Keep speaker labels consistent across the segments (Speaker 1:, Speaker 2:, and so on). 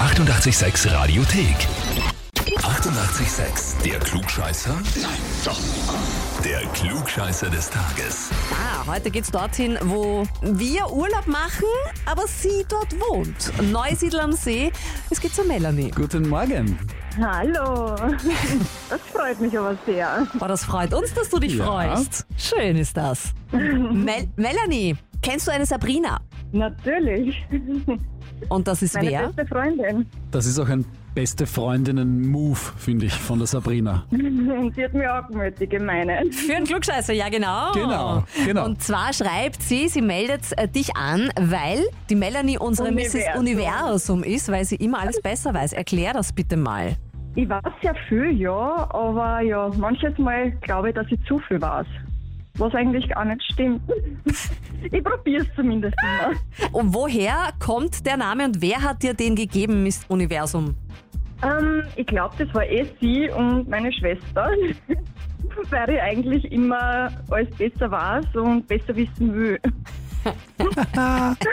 Speaker 1: 886 Radiothek. 88,6. Der Klugscheißer? Nein, doch. Der Klugscheißer des Tages.
Speaker 2: Ah, heute geht's dorthin, wo wir Urlaub machen, aber sie dort wohnt. Neusiedl am See. Es geht zur Melanie.
Speaker 3: Guten Morgen.
Speaker 4: Hallo, das freut mich aber sehr.
Speaker 2: Boah, Oh, das freut uns, dass du dich
Speaker 3: Ja.
Speaker 2: freust. Schön ist das. Mel Melanie, kennst du eine Sabrina?
Speaker 4: Natürlich,
Speaker 2: Und das ist
Speaker 4: meine
Speaker 2: wer?
Speaker 4: beste Freundin.
Speaker 3: Das ist auch ein beste Freundinnen-Move, finde ich, von der Sabrina.
Speaker 4: Und sie hat mir auch gemütlich die Gemeine.
Speaker 2: Für einen Klugscheißer, ja genau.
Speaker 3: Genau, genau.
Speaker 2: Und zwar schreibt sie, sie meldet äh, dich an, weil die Melanie unsere Mrs.
Speaker 4: Universum.
Speaker 2: Universum ist, weil sie immer alles besser weiß. Erklär das bitte mal.
Speaker 4: Ich weiß ja viel, ja, aber ja, manches Mal glaube ich, dass ich zu viel weiß. Was eigentlich gar nicht stimmt. Ich probiere es zumindest immer.
Speaker 2: Und woher kommt der Name und wer hat dir den gegeben, Miss Universum?
Speaker 4: Ähm, ich glaube, das war eh sie und meine Schwester, weil ich eigentlich immer alles besser weiß und besser wissen will.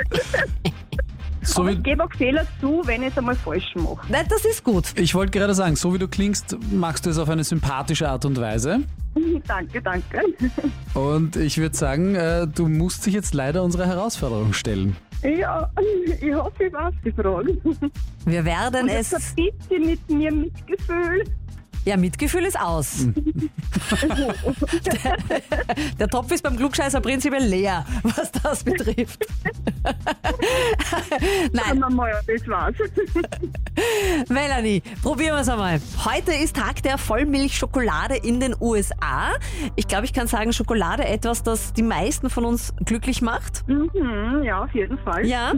Speaker 3: So
Speaker 4: Ich
Speaker 3: wie,
Speaker 4: gebe auch Fehler zu, wenn ich es einmal falsch mache.
Speaker 2: Na, das ist gut.
Speaker 3: ich wollte gerade sagen, so wie du klingst, machst du es auf eine sympathische Art und Weise.
Speaker 4: Danke, danke.
Speaker 3: Und ich würde sagen, äh, du musst dich jetzt leider unserer Herausforderung stellen.
Speaker 4: Ja, ich hoffe, ich weiß die Frage.
Speaker 2: Wir werden
Speaker 4: Es
Speaker 2: es.
Speaker 4: ein bisschen mit mir Mitgefühl.
Speaker 2: Ja, Mitgefühl ist aus. der, der Topf ist beim Klugscheißer prinzipiell leer, was das betrifft.
Speaker 4: Wenn
Speaker 2: Nein,
Speaker 4: man mal das war's.
Speaker 2: Melanie, probieren wir es einmal. Heute ist Tag der Vollmilchschokolade in den USA. Ich glaube, ich kann sagen, Schokolade etwas, das die meisten von uns glücklich macht.
Speaker 4: Mhm, ja, auf jeden Fall.
Speaker 2: Ja.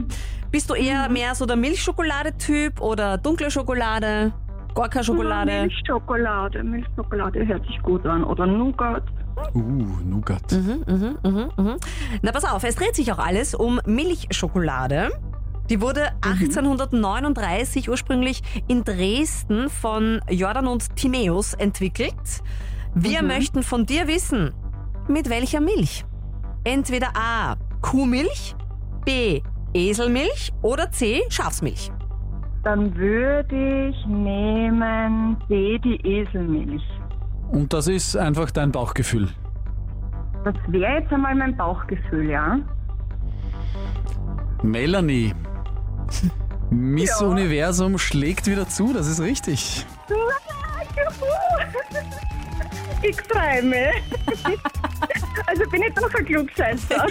Speaker 2: Bist du eher mehr so der Milchschokolade-Typ oder dunkle Schokolade, Gorka-Schokolade?
Speaker 4: Milchschokolade, Milchschokolade hört sich gut an. Oder Nougat.
Speaker 3: Uh, Nougat.
Speaker 2: Mhm, mhm, mhm. Na pass auf, es dreht sich auch alles um Milchschokolade. Die wurde 1839 ursprünglich in Dresden von Jordan und Timeus entwickelt. Wir möchten von dir wissen, mit welcher Milch? Entweder A. Kuhmilch, B. Eselmilch oder C. Schafsmilch.
Speaker 4: Dann würde ich nehmen B, die Eselmilch.
Speaker 3: Und das ist einfach dein Bauchgefühl.
Speaker 4: Das wäre jetzt einmal mein Bauchgefühl, ja?
Speaker 3: Melanie, Miss
Speaker 4: Ja.
Speaker 3: Universum schlägt wieder zu, das ist richtig.
Speaker 4: Ich freue mich. Also bin ich doch ein Klugscheißer.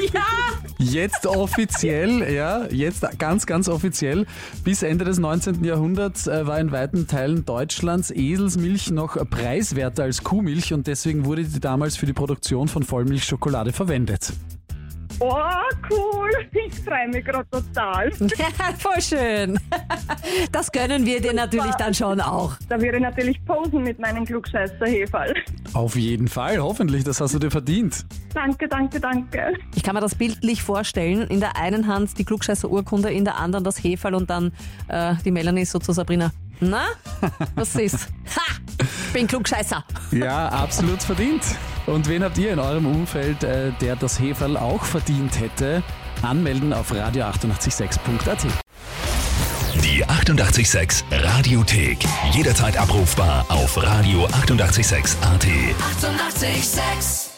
Speaker 3: Jetzt offiziell, ja, jetzt ganz, ganz offiziell. Bis Ende des 19. Jahrhunderts äh, war in weiten Teilen Deutschlands Eselsmilch noch preiswerter als Kuhmilch und deswegen wurde die damals für die Produktion von Vollmilchschokolade verwendet.
Speaker 4: Oh, cool. Ich freue mich gerade total.
Speaker 2: Voll schön. Das gönnen wir dir natürlich dann schon auch.
Speaker 4: Da würde ich natürlich posen mit meinem klugscheißer -Hefall.
Speaker 3: Auf jeden Fall, hoffentlich, das hast du dir verdient.
Speaker 4: Danke, danke, danke.
Speaker 2: Ich kann mir das bildlich vorstellen. In der einen Hand die Klugscheißer-Urkunde, in der anderen das Heferl und dann äh, die Melanie so zu Sabrina. Na, was ist? Ha! Ich bin Klugscheißer.
Speaker 3: Ja, absolut verdient. Und wen habt ihr in eurem Umfeld, äh, der das Heferl auch verdient hätte? Anmelden auf radio886.at.
Speaker 1: Die 88,6 Radiothek. Jederzeit abrufbar auf radio886.at. 88,6.
Speaker 5: Eighty-eight, sex.